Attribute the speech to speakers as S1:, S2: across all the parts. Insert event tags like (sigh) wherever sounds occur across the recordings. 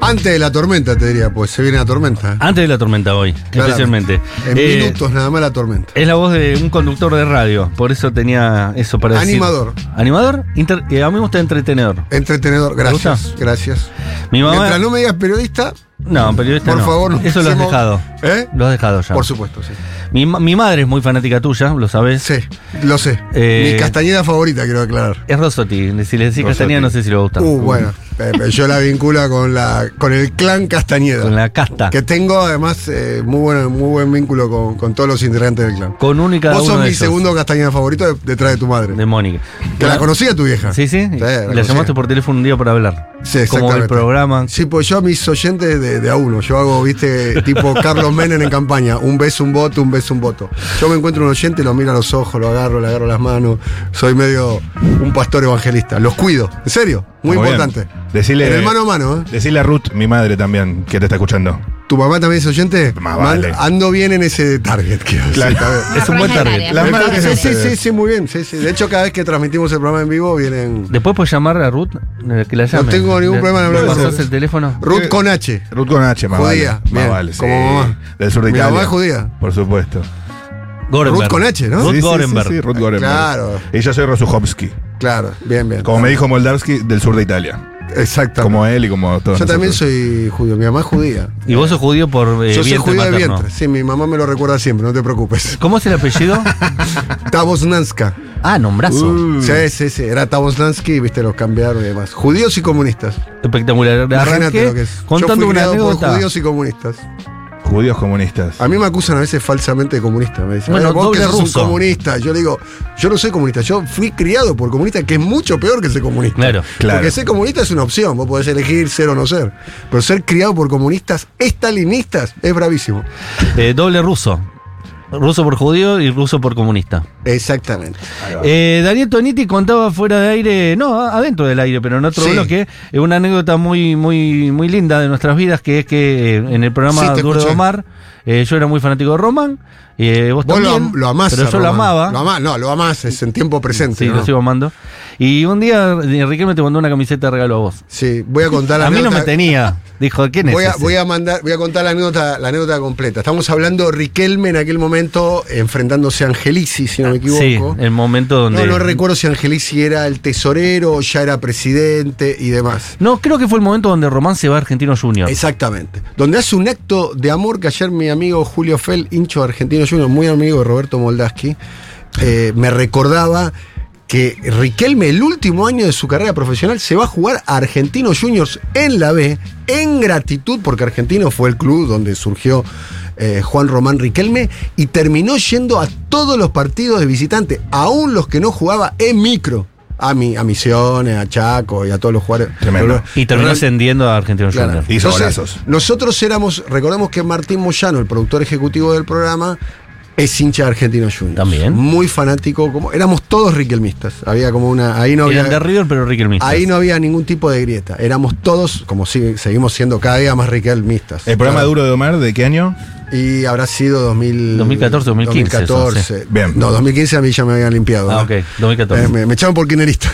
S1: Antes de la tormenta, te diría, pues se viene la tormenta.
S2: Antes de la tormenta hoy,
S1: Claramente.
S2: especialmente.
S1: En
S2: Eh,
S1: minutos nada más la tormenta.
S2: Es la voz de un conductor de radio, por eso tenía eso para decir.
S1: Animador.
S2: Animador, Inter- eh, a mí me gusta entretenedor.
S1: Entretenedor, gracias.
S2: gusta?
S1: Gracias.
S2: Mi mamá.
S1: Mientras no me digas periodista,
S2: No, periodista
S1: por
S2: no.
S1: favor, no
S2: Eso lo has
S1: hacemos-
S2: dejado.
S1: ¿Eh?
S2: Lo has dejado ya.
S1: Por supuesto, sí.
S2: Mi, ma- mi madre es muy fanática tuya, lo sabes.
S1: Sí, lo sé.
S2: Eh,
S1: Mi castañeda favorita, quiero aclarar.
S2: Es Rossotti. Si le decís Castañeda, no sé si le gusta.
S1: Uh, bueno. eh, yo la vinculo con la con el clan Castañeda.
S2: Con la casta.
S1: Que tengo además eh, muy, buen, muy buen vínculo con, con todos los integrantes del clan.
S2: Con única
S1: Vos sos
S2: uno
S1: mi
S2: de ellos,
S1: segundo castañeda favorito de- detrás de tu madre.
S2: De Mónica.
S1: que la conocía tu vieja.
S2: Sí, sí.
S1: la
S2: la
S1: conocía.
S2: llamaste por teléfono un día para hablar.
S1: Sí,
S2: Como
S1: exactamente.
S2: el programa.
S1: Sí, pues yo a mis oyentes de, de a uno. Yo hago, viste, (laughs) tipo Carlos Menem en campaña. Un beso, un voto, un beso, un voto. Yo me encuentro un oyente, lo miro a los ojos, lo agarro, le agarro las manos. Soy medio un pastor evangelista. Los cuido. En serio. Muy,
S3: bien.
S1: importante.
S3: Decile,
S1: En el mano a mano, ¿eh?
S3: decile a Ruth, mi madre también, que te está escuchando.
S1: ¿Tu mamá también es oyente?
S3: Más vale.
S1: Man- Ando bien en ese target, quiero decir.
S3: Claro.
S2: Es un buen target.
S3: Las madres
S1: Sí,
S3: de
S1: sí, sí,
S3: ustedes.
S1: sí, muy bien. Sí, sí. De hecho, cada vez que transmitimos el programa en vivo vienen
S2: Después puedes llamar a Ruth, eh, que la llame.
S1: tengo ningún
S2: Le-
S1: problema en hablar
S2: ¿Le
S1: con
S2: pasás
S1: Ruth.
S2: el teléfono?
S1: Ruth con H.
S3: Ruth con H, más
S1: Judía,
S3: vale. Más
S1: bien,
S3: vale, sí.
S1: como mamá.
S3: Del sur de
S1: Mi
S3: Italia.
S1: mamá es judía.
S3: Por supuesto.
S2: Gorenberg.
S1: Ruth con H, ¿no?
S2: Ruth
S3: Sí, sí, sí,
S2: Gorenberg.
S3: sí, Ruth Gorenberg.
S1: Claro.
S3: Y yo soy Rosuchowski.
S1: Claro, bien, bien.
S3: Como me dijo Moldavsky, del sur de Italia.
S1: Exacto.
S3: Como él y como todos
S1: Yo también
S3: nosotros.
S1: soy judío, mi mamá es judía.
S2: Y vos sos judío por eh,
S1: Yo soy
S2: vientre
S1: judío de
S2: materno.
S1: vientre. Sí, mi mamá me lo recuerda siempre, no te
S2: (laughs)
S1: preocupes.
S2: ¿Cómo es el
S1: (laughs)
S2: apellido?
S1: Tabosnanska.
S2: ah, nombrazo.
S3: Uh.
S1: Sí, sí, sí. Era Tabosnansky, viste, los cambiaron y demás. Judíos y comunistas.
S2: Espectacular.
S1: Imagínate
S2: Arranqué
S1: lo que es. Yo
S2: Contando
S1: fui
S2: una
S1: criado por
S2: anécdota.
S1: judíos y comunistas.
S3: Judíos comunistas.
S1: A mí me acusan a veces falsamente de comunista. Me dicen,
S2: Bueno,
S1: "Ay, vos
S2: doble
S1: que sos un
S2: ruso".
S1: comunista. Yo le digo, yo no soy comunista, yo fui criado por comunista, que es mucho peor que ser comunista.
S2: Claro.
S3: Claro.
S1: Porque ser comunista es una opción, vos podés elegir ser o no ser. Pero ser criado por comunistas estalinistas es bravísimo.
S2: Eh, doble ruso. Ruso por judío y ruso por comunista.
S1: Exactamente.
S2: Eh, Daniel Tonetti contaba fuera de aire, no, a- adentro del aire, pero en otro
S1: Sí.
S2: bloque, eh, una anécdota muy, muy, muy linda de nuestras vidas, que es que eh, en el
S1: Sí,
S2: programa
S1: te
S2: Duro de
S1: escuché.
S2: Omar, eh, yo era muy fanático de Roman, eh, vos,
S1: Vos lo,
S2: también,
S1: am- lo amás.
S2: pero
S1: a
S2: yo lo
S1: Román.
S2: amaba.
S1: Lo amás, no, lo amás, es en tiempo presente.
S2: Sí,
S1: ¿no?
S2: lo sigo amando. Y un día Enrique me te mandó una camiseta de regalo a vos.
S1: Sí, voy a contar la
S2: A mí no me
S1: anécdota.
S2: tenía. Dijo, ¿quién es?
S1: Voy a,
S2: ese?
S1: voy a mandar, voy a contar la anécdota, la anécdota completa. Estamos hablando de Riquelme en aquel momento enfrentándose a Angelici, si no me equivoco.
S2: sí, el momento donde.
S1: No, no recuerdo si Angelici era el tesorero, ya era presidente y demás.
S2: No, creo que fue el momento donde Román se va a Argentino Junior.
S1: Exactamente. Donde hace un acto de amor que ayer mi amigo Julio Fel, hincho de argentino Junior, muy amigo de Roberto Moldaski, eh, me recordaba que Riquelme, el último año de su carrera profesional, se va a jugar a Argentinos Juniors en la B, en gratitud, porque Argentino fue el club donde surgió eh, Juan Román Riquelme, y terminó yendo a todos los partidos de visitante, aún los que no jugaba en micro. A, mi, a Misiones, a Chaco y a todos los jugadores.
S3: Tremendo.
S2: Y terminó
S1: Real-
S2: ascendiendo a Argentino
S1: Claro.
S2: Junior.
S3: Hizo
S1: Entonces,
S3: golazos.
S1: Nosotros éramos, recordemos que Martín Moyano, el productor ejecutivo del programa, es hincha de Argentino Juniors.
S2: También.
S1: Muy fanático, como éramos todos riquelmistas. Había como una ahí no
S2: Eran de
S1: había
S2: River, pero Riquelmistas.
S1: ahí no había ningún tipo de grieta. Éramos todos, como si, seguimos siendo cada día más riquelmistas.
S3: El programa Duro de Omar, ¿de qué año?
S1: Y habrá sido 2000,
S2: 2014, 2015,
S1: 2014.
S2: eso,
S3: Bien.
S1: No, 2015 a mí ya me habían limpiado.
S2: Ah,
S1: ¿no?
S2: ok, 2014.
S1: Eh, me, me echaron por quinerista.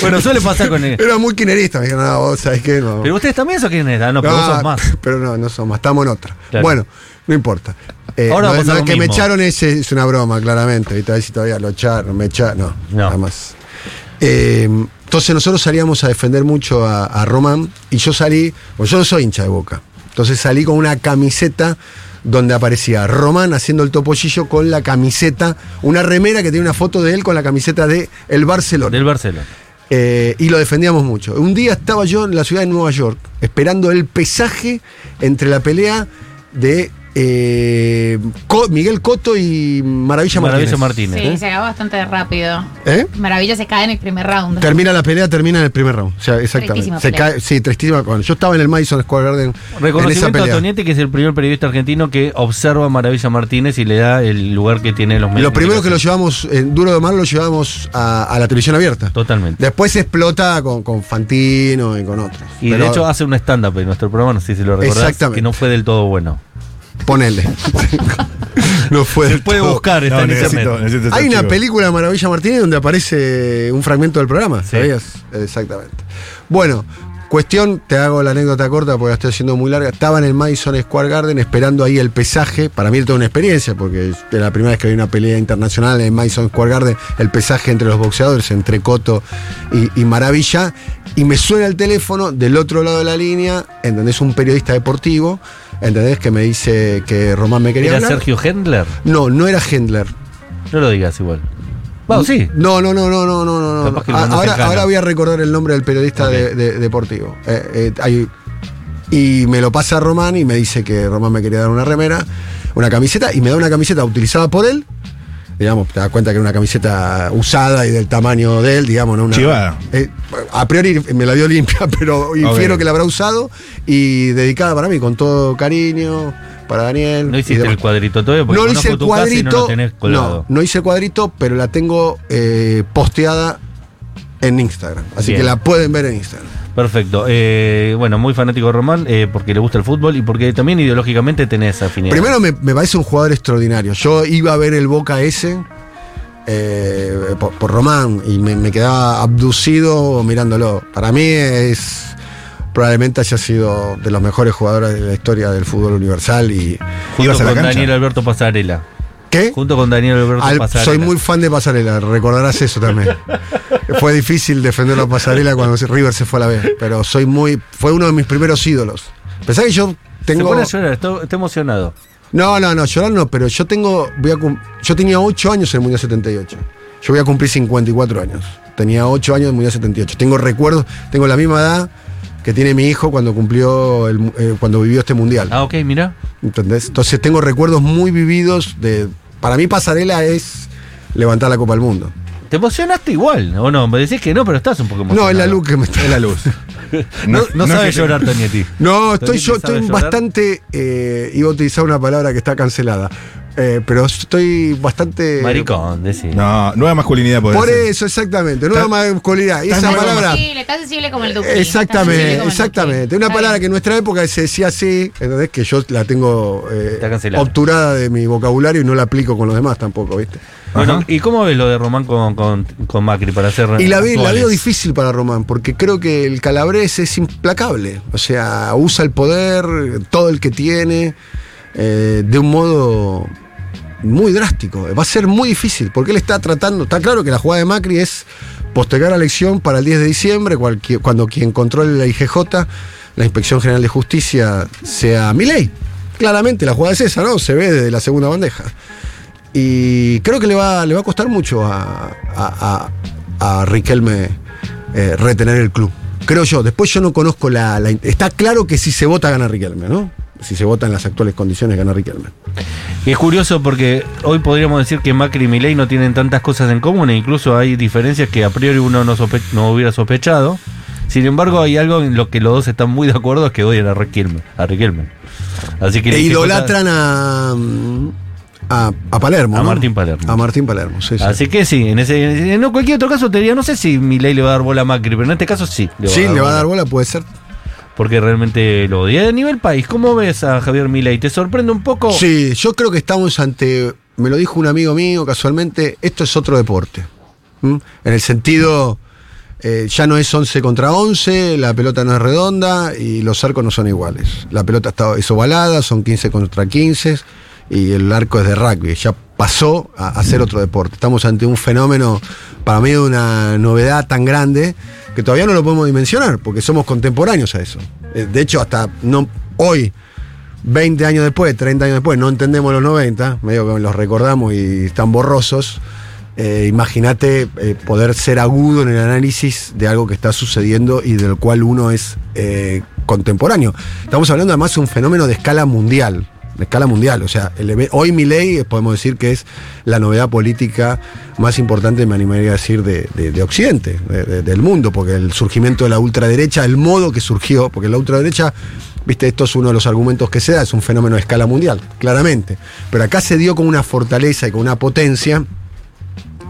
S2: Bueno, suele pasar con él.
S1: (laughs) Era muy quinerista. Me dijeron, no, vos sabés qué, no.
S2: Pero ustedes también son quiénes eran, no, pero vos
S1: Ah,
S2: sos más.
S1: (laughs) Pero no, no somos más, estamos en otra.
S2: Claro.
S1: Bueno, no importa. Eh,
S2: Ahora
S1: no,
S2: va
S1: no,
S2: a pasar
S1: el
S2: lo
S1: que me
S2: mismo.
S1: echaron es, es una broma, claramente. Ahorita a ver si todavía lo echaron, me echaron. No,
S2: No.
S1: nada más. Eh, entonces nosotros salíamos a defender mucho a, a Román y yo salí, o yo no soy hincha de boca. Entonces salí con una camiseta donde aparecía Román haciendo el topollillo con la camiseta, una remera que tiene una foto de él con la camiseta de el Barcelona.
S2: Del Barcelona.
S1: Eh, y lo defendíamos mucho. Un día estaba yo en la ciudad de Nueva York, esperando el pesaje entre la pelea de eh, Co- Miguel Coto y Maravilla,
S2: Maravillo Martínez. ¿eh?
S4: Sí, se acabó bastante rápido.
S1: ¿Eh?
S4: Maravilla se cae en el primer round.
S1: Termina la pelea, termina en el primer round. O sea, exactamente.
S4: Tristísima
S1: Se
S4: pelea.
S1: cae, sí, tristísima. Bueno, yo estaba en el Madison Square Garden. en esa
S2: Reconocimiento a
S1: pelea.
S2: Tonietti, que es el primer periodista argentino que observa a Maravilla Martínez y le da el lugar que tiene en los medios.
S1: Lo
S2: de
S1: primero que lo
S2: comunicación.
S1: llevamos, en Duro de Mar lo llevamos a, a la televisión abierta.
S2: Totalmente.
S1: Después se explota con, con Fantino y con otros.
S2: Y
S1: Pero-
S2: de hecho ah. hace un stand-up en nuestro programa, no sé si lo recordás,
S1: Exactamente.
S2: (laughs) que no fue del todo bueno.
S1: Ponele. No fue
S2: Se
S1: del
S2: puede
S1: todo.
S2: buscar, está
S3: No,
S2: en
S3: necesito-
S2: internet.
S3: necesito ese
S1: Hay una
S3: archivo.
S1: película de Maravilla Martínez donde aparece un fragmento del programa, ¿sabías? Exactamente. Bueno, cuestión, te hago la anécdota corta porque la estoy haciendo muy larga. Estaba en el Madison Square Garden esperando ahí el pesaje. Para mí era toda una experiencia porque era la primera vez que había una pelea internacional en el Madison Square Garden, el pesaje entre los boxeadores, entre Coto y, y Maravilla. Y me suena el teléfono del otro lado de la línea, ¿entendés? Un periodista deportivo, ¿entendés? Que me dice que Román me quería
S2: ¿Era
S1: hablar.
S2: Sergio Hendler?
S1: No, no era Hendler.
S2: No lo digas igual. Bueno, sí.
S1: No, no, no, no, no, no, no, no.
S2: Capaz que lo
S1: Ah,
S2: mandas en
S1: Ahora,
S2: cana.
S1: ahora voy a recordar el nombre del periodista de- de- deportivo. Eh, eh, hay- y me lo pasa Román y me dice que Román me quería dar una remera, una camiseta, y me da una camiseta utilizada por él. Digamos, te das cuenta que era una camiseta usada y del tamaño de él, digamos, ¿no? Una,
S3: Chivada.
S1: Eh, a priori me la dio limpia, (laughs) pero infiero
S3: Ok.
S1: que la habrá usado y dedicada para mí, con todo cariño, para Daniel.
S2: No
S1: y
S2: hiciste
S1: demás.
S2: el cuadrito todavía porque
S1: No
S2: conozco
S1: hice el
S2: tu casa y no lo
S1: cuadrito.
S2: tenés
S1: No,
S2: colgado.
S1: no hice el cuadrito, pero la tengo eh, posteada en Instagram. Así
S2: Bien.
S1: que la pueden ver en Instagram.
S2: Perfecto. Eh, bueno, muy fanático de Román eh, porque le gusta el fútbol y porque también ideológicamente tenés afinidad.
S1: Primero me, me parece un jugador extraordinario. Yo iba a ver el Boca ese eh, por, por Román y me, me quedaba abducido mirándolo. Para mí es. Probablemente haya sido de los mejores jugadores de la historia del fútbol universal y.
S2: junto
S3: ¿Ibas a la
S2: con
S3: cancha?
S2: Daniel Alberto Pasarela.
S1: ¿Qué?
S2: Junto con Daniel Alberto
S1: Al-
S2: Pasarela.
S1: soy muy fan de Pasarela, recordarás eso también.
S2: (laughs)
S1: fue difícil defender a Pasarela cuando se- River se fue a la vez, pero soy muy. Fue uno de mis primeros ídolos. Pensá que yo
S2: Se
S1: tengo.
S2: pone a llorar, está, está emocionado.
S1: No, no, no, llorar no, pero yo tengo. Voy a cum- yo tenía 8 años en el Mundial 78. Yo voy a cumplir 54 años. Tenía 8 años en el Mundial 78. Tengo recuerdos, tengo la misma edad que tiene mi hijo cuando cumplió el mu- eh, cuando vivió este mundial.
S2: Ah, ok, mira.
S1: ¿Entendés? Entonces tengo recuerdos muy vividos de. Para mí, pasarela es levantar la Copa del Mundo.
S2: ¿Te emocionaste igual? ¿O no? Me decís que no, pero estás un poco emocionado.
S1: No, es la luz que me está.
S3: Es
S2: (laughs)
S3: la luz.
S2: No, no
S3: es
S2: sabes
S3: que-
S2: llorar, Tonietti.
S1: No, estoy,
S2: Tonietti
S1: yo,
S2: sabe
S1: estoy
S2: llorar.
S1: bastante. eh, iba a utilizar una palabra que está cancelada. Eh, pero estoy bastante.
S2: Maricón, decís.
S3: No, nueva masculinidad podés
S1: Por
S3: decir.
S1: eso, exactamente. Nueva
S3: Está-
S1: masculinidad. Y esa
S3: muy
S1: palabra.
S4: sensible, está sensible como el Duque.
S1: Exactamente, exactamente. Una palabra que en nuestra época se decía así, ¿entendés? Que yo la tengo eh,
S2: Está cancelada.
S1: obturada de mi vocabulario y no la aplico con los demás tampoco, ¿viste?
S2: Bueno,
S3: Ajá.
S2: ¿y cómo ves lo de Román con, con, con Macri para hacer
S1: Y la, ve- la
S2: actuales?
S1: veo difícil para Román, porque creo que el calabrés es implacable. O sea, usa el poder, todo el que tiene, eh, de un modo muy drástico. Va a ser muy difícil, porque él está tratando. Está claro que la jugada de Macri es postergar la elección para el 10 de diciembre, cualquier- cuando quien controle la IGJ, la Inspección General de Justicia, sea Milei. Claramente, la jugada es esa, ¿no? Se ve desde la segunda bandeja. Y creo que le va, le va a costar mucho a, a- a- a Riquelme eh, retener el club. Creo yo. Después yo no conozco la, la- Está claro que si se vota gana Riquelme, ¿no? Si se vota en las actuales condiciones gana Riquelme.
S2: Es curioso porque hoy podríamos decir que Macri y Milei no tienen tantas cosas en común e incluso hay diferencias que a priori uno no, sospe- no hubiera sospechado. Sin embargo, hay algo en lo que los dos están muy de acuerdo es que odian a Riquelme. A Riquelme. Así que
S1: E
S2: le
S1: idolatran a, a, a Palermo.
S2: A
S1: ¿no?
S2: Martín Palermo.
S1: A Martín Palermo, sí, sí.
S2: Así que sí, en ese en cualquier otro caso te diría, no sé si Milei le va a dar bola a Macri, pero en este caso sí.
S1: Sí, le va a dar bola, puede ser.
S2: Porque realmente lo odia. A nivel país, ¿cómo ves a Javier Milei? ¿Te sorprende un poco?
S1: Sí, yo creo que estamos ante, me lo dijo un amigo mío casualmente, esto es otro deporte. ¿m? En el sentido, eh, ya no es 11 contra 11, la pelota no es redonda y los arcos no son iguales. La pelota está, es ovalada, son 15 contra 15 y el arco es de rugby. Ya pasó a, a ser otro deporte. Estamos ante un fenómeno, para mí, de una novedad tan grande que todavía no lo podemos dimensionar porque somos contemporáneos a eso. Eh, De hecho, hasta no, hoy 20 años después, 30 años después, no entendemos los 90, medio que los recordamos y están borrosos. eh, Imagínate eh, poder ser agudo en el análisis de algo que está sucediendo y del cual uno es eh, contemporáneo. Estamos hablando además de un fenómeno de escala mundial. De escala mundial, o sea, el eve- hoy mi ley eh, podemos decir que es la novedad política más importante, me animaría a decir, de, de- de Occidente, de- de- del mundo, porque el surgimiento de la ultraderecha, el modo que surgió, porque la ultraderecha Viste, esto es uno de los argumentos que se da, es un fenómeno de escala mundial, claramente. Pero acá se dio con una fortaleza y con una potencia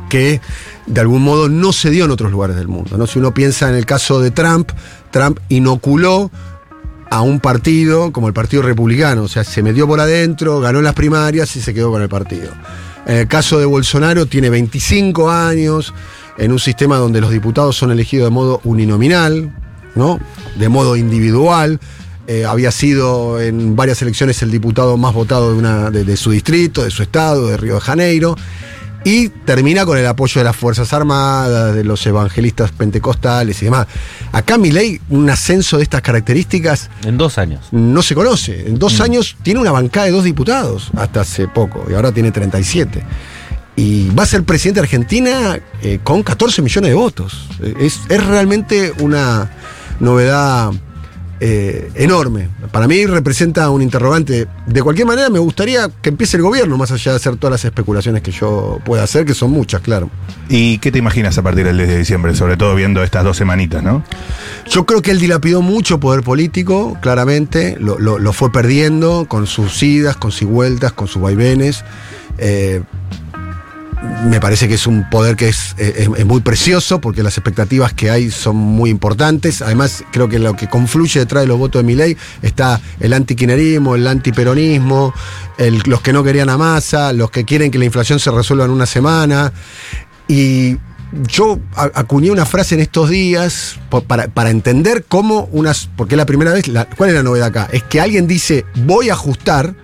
S1: que de algún modo no se dio en otros lugares del mundo. ¿no? Si uno piensa en el caso de Trump, Trump inoculó a un partido como el Partido Republicano. O sea, se metió por adentro, ganó las primarias y se quedó con el partido. En el caso de Bolsonaro, tiene 25 años en un sistema donde los diputados son elegidos de modo uninominal, ¿no? De modo individual. Eh, había sido en varias elecciones el diputado más votado de, una- de- de su distrito, de su estado, de Río de Janeiro. Y termina con el apoyo de las Fuerzas Armadas, de los evangelistas pentecostales y demás. Acá Milei, un ascenso de estas características
S2: En dos años.
S1: no se conoce. En dos años tiene una bancada de dos diputados, hasta hace poco, y ahora tiene 37. Y va a ser presidente de Argentina eh, con 14 millones de votos. Eh, Es, es realmente una novedad eh, enorme. Para mí representa un interrogante. De cualquier manera, me gustaría que empiece el gobierno, más allá de hacer todas las especulaciones que yo pueda hacer, que son muchas, claro.
S3: ¿Y qué te imaginas a partir del 10 de diciembre? Sobre todo viendo estas dos semanitas, ¿no?
S1: Yo creo que él dilapidó mucho poder político, claramente, lo, lo- lo fue perdiendo con sus idas, con sus vueltas, con sus vaivenes. Eh, me parece que es un poder que es, eh, es- es muy precioso porque las expectativas que hay son muy importantes. Además, creo que lo que confluye detrás de los votos de Milei está el antiquinerismo, el antiperonismo, el- los que no querían a masa, los que quieren que la inflación se resuelva en una semana. Y yo a- acuñé una frase en estos días po- para, para entender cómo unas. Porque es la primera vez. la- ¿Cuál es la novedad acá? Es que alguien dice voy a ajustar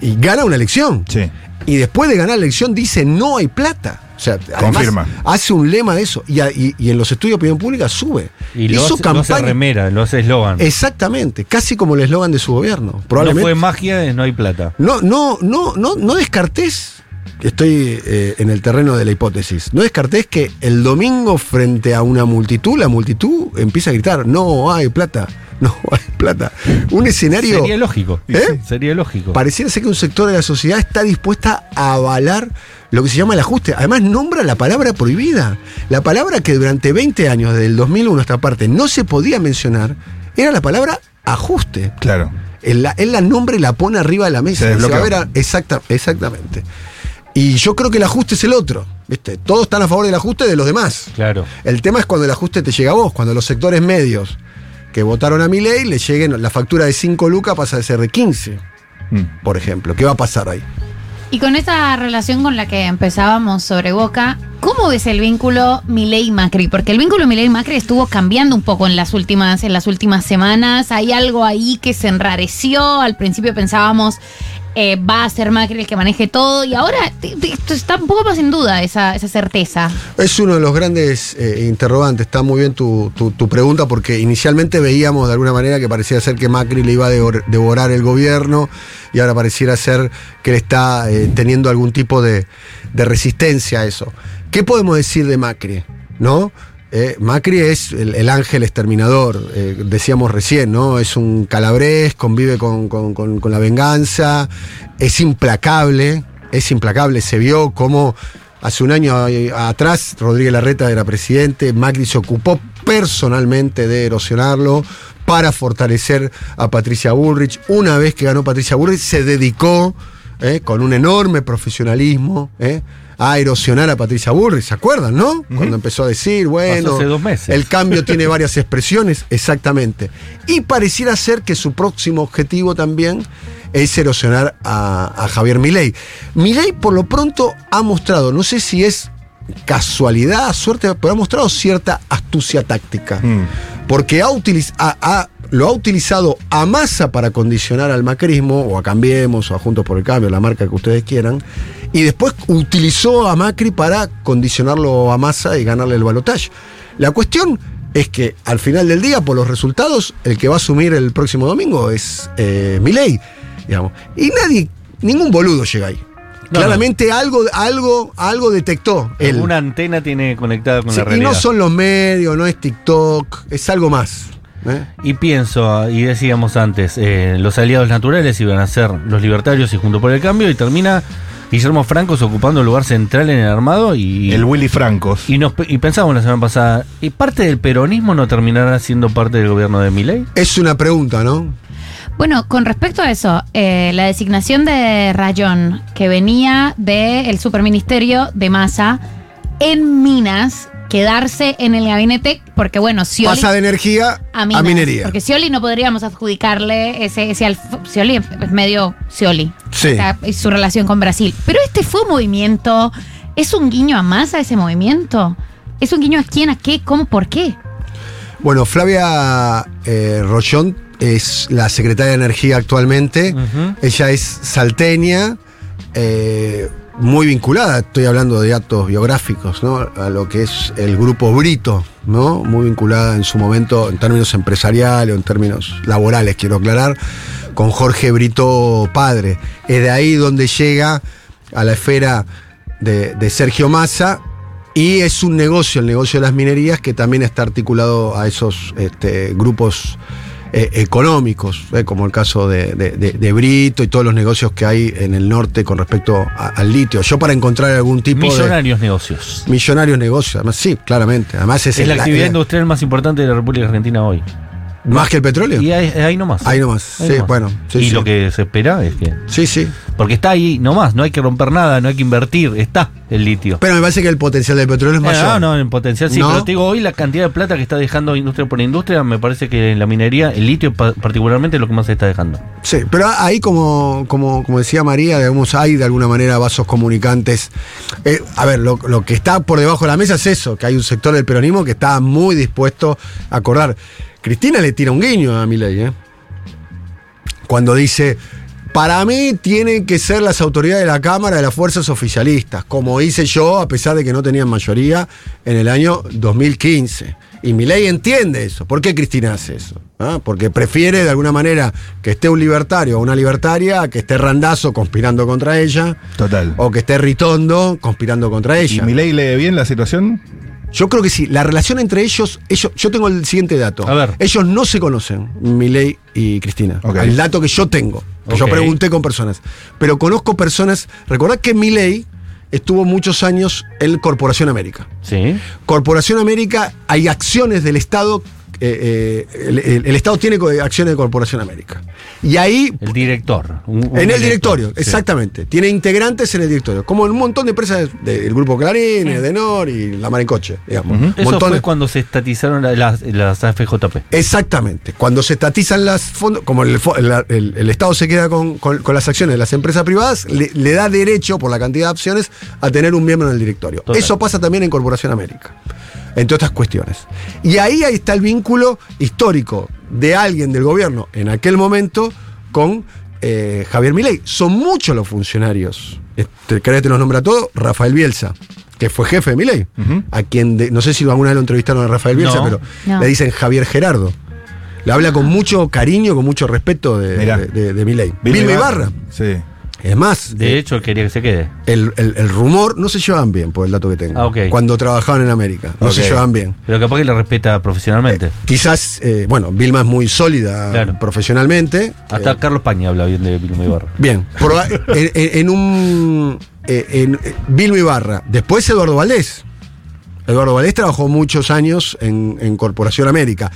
S1: y gana una elección.
S3: Sí.
S1: Y después de ganar la elección dice no hay plata. O sea, además,
S3: Confirma.
S1: hace un lema de eso. Y, a- y- y en los estudios de opinión pública sube.
S2: Y lo
S1: Hizo
S2: hace, lo hace remera, lo hace eslogan.
S1: Exactamente, casi como el eslogan de su gobierno.
S2: No
S1: Probablemente.
S2: fue magia, es no hay plata.
S1: No, no, no, no, no descartés. Estoy eh, en el terreno de la hipótesis. No descartés que el domingo, frente a una multitud, la multitud empieza a gritar: No hay plata, (laughs) no hay plata. Un escenario.
S2: Sería lógico.
S1: ¿Eh?
S2: Sería lógico.
S1: Pareciera ser que un sector de la sociedad está dispuesta a avalar lo que se llama el ajuste. Además, nombra la palabra prohibida. La palabra que durante 20 años, desde el 2001 hasta parte, no se podía mencionar, era la palabra ajuste.
S3: Claro.
S1: Él la, él la nombra y la pone arriba de la mesa.
S3: Se
S1: Dice,
S3: desbloqueó.
S1: a ver, a- exacta- exactamente. Y yo creo que el ajuste es el otro. ¿viste? Todos están a favor del ajuste de los demás.
S2: Claro.
S1: El tema es cuando el ajuste te llega a vos, cuando los sectores medios que votaron a mi ley le lleguen la factura de 5 lucas pasa de ser de 15,
S3: Mm.
S1: por ejemplo. ¿Qué va a pasar ahí?
S4: Y con esa relación con la que empezábamos sobre Boca, ¿cómo ves el vínculo Milei-Macri? Porque el vínculo Milei-Macri estuvo cambiando un poco en las, últimas, en las últimas semanas. Hay algo ahí que se enrareció. Al principio pensábamos, eh, va a ser Macri el que maneje todo. Y ahora t- t- esto está un poco más en duda esa, esa certeza.
S1: Es uno de los grandes eh, interrogantes. Está muy bien tu, tu- tu pregunta porque inicialmente veíamos de alguna manera que parecía ser que Macri le iba a devor- devorar el gobierno y ahora pareciera ser que le está eh, teniendo algún tipo de, de resistencia a eso. ¿Qué podemos decir de Macri? ¿No? Eh, Macri es el, el ángel exterminador, eh, decíamos recién, ¿no? Es un calabrés, convive con, con- con- con la venganza, es implacable, es implacable, se vio como hace un año eh, atrás Rodríguez Larreta era presidente, Macri se ocupó personalmente de erosionarlo para fortalecer a Patricia Bullrich. Una vez que ganó Patricia Bullrich, se dedicó eh, con un enorme profesionalismo eh, a erosionar a Patricia Bullrich, ¿se acuerdan, no? Cuando empezó a decir, bueno,
S2: hace dos meses.
S1: el cambio tiene varias expresiones, exactamente. Y pareciera ser que su próximo objetivo también es erosionar a, a Javier Milei. Milei por lo pronto ha mostrado, no sé si es casualidad, suerte, pero ha mostrado cierta astucia táctica
S3: Mm.
S1: porque ha utiliz- ha- ha- lo ha utilizado a masa para condicionar al macrismo, o a Cambiemos, o a Juntos por el Cambio, la marca que ustedes quieran, y después utilizó a Macri para condicionarlo a masa y ganarle el balotaje. La cuestión es que al final del día, por los resultados, el que va a asumir el próximo domingo es eh, Milei, digamos. Y nadie, ningún boludo llega ahí.
S2: No,
S1: Claramente algo, algo, algo detectó él.
S2: Una antena tiene conectada con
S1: Sí,
S2: la
S1: y
S2: realidad.
S1: no son los medios, no es TikTok, es algo más. ¿eh?
S2: Y pienso, y decíamos antes, eh, los aliados naturales iban a ser los libertarios y Junto por el Cambio, y termina Guillermo Francos ocupando el lugar central en el armado y...
S3: El Willy Francos.
S2: y, nos, y pensamos la semana pasada, ¿y parte del peronismo no terminará siendo parte del gobierno de Milei?
S1: Es una pregunta, ¿no?
S4: Bueno, con respecto a eso, eh, la designación de Rayón, que venía del superministerio de Massa en Minas, quedarse en el gabinete, porque bueno, Scioli
S1: Pasa de energía a,
S4: a minas,
S1: minería.
S4: Porque Scioli no podríamos adjudicarle ese, ese alf- Scioli es medio Scioli.
S1: Sí.
S4: O sea, y su relación con Brasil. Pero este fue un movimiento, es un guiño a masa ese movimiento. ¿Es un guiño a quién, a qué, cómo, por qué?
S1: Bueno, Flavia eh, Rollón es la secretaria de Energía actualmente.
S2: Ujú.
S1: Ella es salteña, eh, muy vinculada, estoy hablando de datos biográficos, ¿no? A lo que es el grupo Brito, ¿no? Muy vinculada en su momento en términos empresariales o en términos laborales, quiero aclarar, con Jorge Brito padre. Es de ahí donde llega a la esfera de, de Sergio Massa. Y es un negocio, el negocio de las minerías, que también está articulado a esos este, grupos eh, económicos, eh, como el caso de, de- de- de Brito y todos los negocios que hay en el norte con respecto a- al litio. Yo para encontrar algún tipo de...
S2: Millonarios negocios.
S1: Millonarios negocios, además sí, claramente. Además es,
S2: Es la
S1: el-
S2: actividad
S1: eh,
S2: industrial más importante de la República Argentina hoy.
S1: más que el petróleo.
S2: Y ahí, ahí nomás.
S1: Ahí nomás, sí, bueno, sí,
S2: y
S1: sí.
S2: lo que se espera es que.
S1: Sí, sí.
S2: Porque está ahí nomás, no hay que romper nada, no hay que invertir, está el litio.
S1: Pero me parece que el potencial del petróleo es
S2: Eh,
S1: mayor.
S2: no, no, en potencial sí,
S1: ¿No?
S2: pero te digo, hoy la cantidad de plata que está dejando industria por industria, me parece que en la minería, el litio pa- particularmente, es lo que más se está dejando.
S1: Sí, pero ahí como, como, como decía María, digamos, hay de alguna manera vasos comunicantes. Eh, a ver, lo, lo que está por debajo de la mesa es eso, que hay un sector del peronismo que está muy dispuesto a acordar. Cristina le tira un guiño a Milei, ¿eh? Cuando dice, para mí tienen que ser las autoridades de la Cámara de las fuerzas oficialistas, como hice yo, a pesar de que no tenían mayoría en el año 2015. Y Milei entiende eso. ¿Por qué Cristina hace eso? ¿Ah? Porque prefiere de alguna manera que esté un libertario o una libertaria, a que esté Randazo conspirando contra ella,
S3: Total.
S1: o que esté Ritondo conspirando contra
S3: ¿Y
S1: ella.
S3: Milei lee bien la situación?
S1: Yo creo que sí. La relación entre ellos, ellos yo tengo el siguiente dato.
S2: A ver.
S1: Ellos no se conocen, Milei y Cristina.
S3: Ok.
S1: El dato que yo tengo. que Yo
S2: Ok.
S1: pregunté con personas. Pero conozco personas. Recordad que Milei estuvo muchos años en Corporación América.
S2: Sí.
S1: Corporación América, hay acciones del Estado. eh, eh, el, el- el Estado tiene co- eh, acciones de Corporación América. Y ahí
S2: El director. un- un
S1: en el directorio,
S2: sí.
S1: exactamente. Tiene integrantes en el directorio. Como en un montón de empresas del grupo Clarín, Edenor y la Maricoche, digamos.
S3: Ujú.
S2: Eso
S1: Montones.
S2: fue cuando se estatizaron la- las, las AFJP.
S1: Exactamente. Cuando se estatizan las fondos, como el, fo- el- el- el Estado se queda con, con- con las acciones de las empresas privadas, le, le da derecho, por la cantidad de opciones, a tener un miembro en el directorio.
S2: Total.
S1: Eso pasa también en Corporación América, entre otras cuestiones. Y ahí, ahí está el vínculo histórico de alguien del gobierno en aquel momento con eh, Javier Milei. Son muchos los funcionarios. Este, ¿Querés que te los nombra a todos? Rafael Bielsa, que fue jefe de Milei,
S3: Ujú.
S1: a quien, de- no sé si alguna vez lo entrevistaron a Rafael Bielsa,
S2: No.
S1: pero
S4: No.
S1: le dicen Javier Gerardo. Le habla con mucho cariño, con mucho respeto de,
S3: Mirá.
S1: de, de- de Milei. Vilma Ibarra.
S3: Sí.
S1: Es más,
S2: De hecho, él quería que se quede.
S1: el, el- el rumor no se llevan bien, por el dato que tengo.
S2: Ah, ok.
S1: Cuando trabajaban en América, no se
S3: Ok.
S1: llevan bien.
S2: Pero capaz que le respeta profesionalmente.
S1: Quizás, eh, bueno, Vilma es muy sólida
S2: Claro.
S1: profesionalmente.
S2: Hasta
S1: Eh,
S2: Carlos Pañi habla bien de Vilma Ibarra.
S1: bien, proba- en, en- en un. eh, en, eh, Vilma Ibarra. Después Eduardo Valdés. Eduardo Valdés trabajó muchos años en, en Corporación América.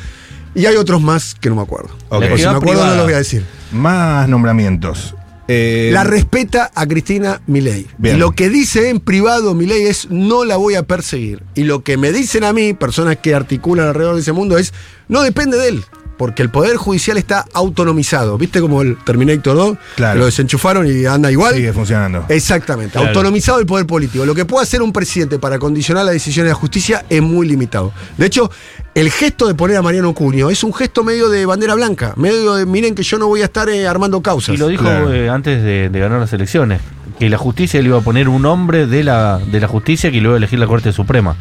S1: Y hay otros más que no me acuerdo.
S3: Ok.
S2: La
S1: O si
S2: actividad
S1: me acuerdo, no
S2: privada.
S1: los voy a decir.
S3: Más nombramientos. Eh,
S1: La respeta a Cristina Milei.
S3: Bien.
S1: Lo que dice en privado Milei es no la voy a perseguir. Y lo que me dicen a mí, personas que articulan alrededor de ese mundo, es no depende de él. Porque el poder judicial está autonomizado. ¿Viste como el Terminator 2?
S3: Claro.
S1: Que Lo desenchufaron y anda igual.
S3: sigue funcionando.
S1: Eh. Exactamente.
S2: Claro.
S1: Autonomizado el poder político. Lo que puede hacer un presidente para condicionar la decisión de la justicia es muy limitado. De hecho, el gesto de poner a Mariano Cuño es un gesto medio de bandera blanca. Medio de miren que yo no voy a estar eh, armando causas.
S2: Y lo dijo
S3: Claro.
S2: eh, antes de, de ganar las elecciones, que la justicia le iba a poner un hombre de la, de la justicia que le iba a elegir la Corte Suprema.